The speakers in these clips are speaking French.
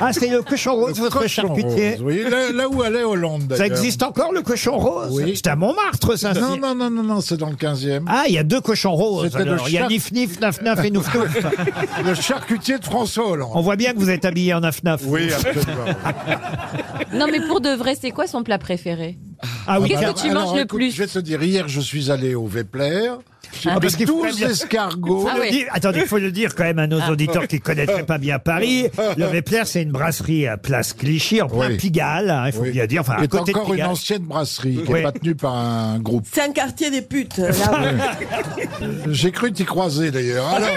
Ah, c'est le cochon rose, votre charcutier. Rose, oui, là, là où allait Hollande. Ça d'ailleurs. existe encore le cochon rose Oui. C'est à Montmartre, ça. Non, si- non, non, non, non, c'est dans le 15e. Ah, il y a deux cochons roses. C'était le alors. Il y a char- Nif Nif, Naf Naf et Nouf Nouf. Le charcutier de François Hollande. Ah. On Ah, voit bien que vous êtes habillé en Naf Naf. Oui, absolument. Non, mais pour de vrai, c'est quoi son plat préféré Ah oui, Qu'est-ce bah, car- que tu manges le écoute, plus Je vais te dire, hier, je suis allé au Vepler. J'ai Ah, pris parce qu'il faut 12 bien- escargots. Ah faut le oui. dire- attendez, il faut le dire quand même à nos Ah. auditeurs qui ne connaîtraient pas bien Paris. Le Vépler, c'est une brasserie à Place Clichy, en plein Oui. Pigalle, hein, il faut Oui. bien dire. Enfin, à Qui est côté de encore une Pigalle. ancienne brasserie qui Oui. n'est pas tenue par un groupe. C'est un quartier des putes. euh, Là J'ai cru t'y croiser d'ailleurs. Alors,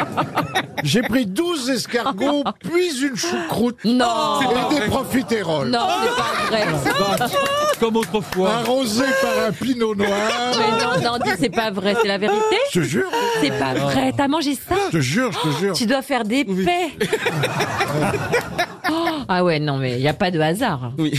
j'ai pris 12 escargots, puis une choucroute Non et des profiteroles. Non, c'est pas vrai. Ah. Comme autrefois. Arrosé par un pinot noir. Mais non, non, dis, c'est pas vrai, c'est la vérité. Je te jure, C'est Ah. pas vrai. T'as mangé ça je te jure, je te jure. Tu dois faire des paix. Ah. Oh, ah ouais, non, mais il n'y a pas de hasard. Oui.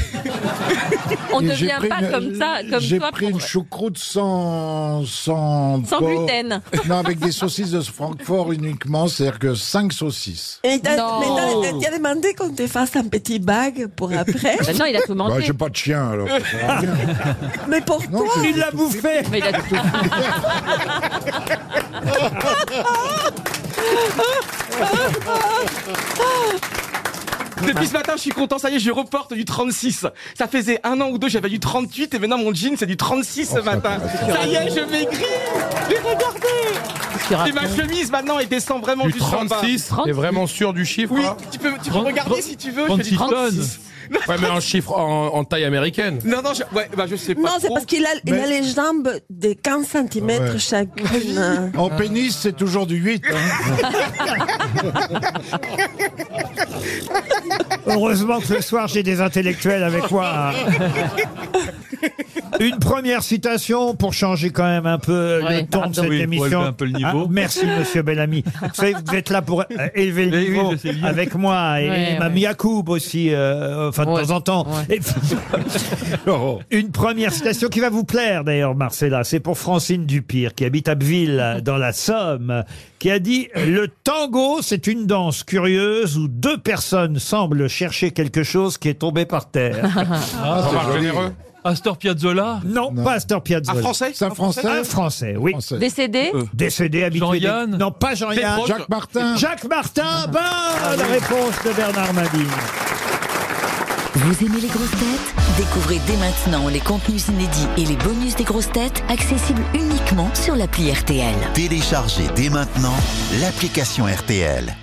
On ne Et j'ai devient pris pas une- comme ça, comme J'ai toi. pris pour- une choucroute sans sans, Sans porc. gluten. Non, avec des saucisses de Francfort uniquement, c'est-à-dire que 5 saucisses. Et t'as- Non. mais t'as- t'as demandé qu'on te fasse un petit bag pour après. Ben non, il a tout Bah, mangé. j'ai pas de chien alors. ça sert à rien. mais pourquoi Il l'a bouffé Mais il a tout- Depuis ce matin, je suis content, ça y est, je reporte du 36. Ça faisait un an ou deux, j'avais du 38 et maintenant mon jean, c'est du 36 ce matin. Ça y est, je maigris. Mais regardez Et ma chemise maintenant, elle descend vraiment Du juste en bas. 36, t'es vraiment sûr du chiffre Oui, là tu peux, tu peux Trente- regarder si tu veux. je fais du 36 tonnes 36. Ouais, mais un chiffre en, en taille américaine. Non, non, je, ouais, bah, je sais pas. Non, c'est trop. parce qu'il a, il a Mais- les jambes de 15 cm Ouais. chacune. En pénis, c'est toujours du hein. 8. Heureusement que le soir, j'ai des intellectuels avec moi. Une première citation pour changer quand même un peu Ouais. le ton de cette oui, pour émission. Ah, élever un peu le niveau. merci, monsieur Bellamy. Vous savez, vous êtes là pour euh, élever le Eh oui, niveau je sais bien. avec moi et, Ouais, et Mme ouais. Yacoub aussi, euh, enfin, de Ouais. temps en temps. Ouais. Et- Oh. Une première citation qui va vous plaire d'ailleurs, Marcella. C'est pour Francine Dupire, qui habite Abbeville, dans la Somme, qui a dit « Le tango, c'est une danse curieuse où deux personnes semblent chercher quelque chose qui est tombé par terre. Ah, c'est Remarque joli. généreux. Astor Piazzolla, » Non, pas Astor un Piazzolla. français C'est un Un français Ah, Français, oui. Français. Décédé Euh. Décédé, habitué... des- Jean-Yann Non, pas Jean-Yann. Desproges. Jacques Martin. Jacques Martin, bonne réponse de Bernard Mabille. Vous aimez les grosses têtes Découvrez dès maintenant les contenus inédits et les bonus des grosses têtes accessibles uniquement sur l'appli RTL. Téléchargez dès maintenant l'application RTL.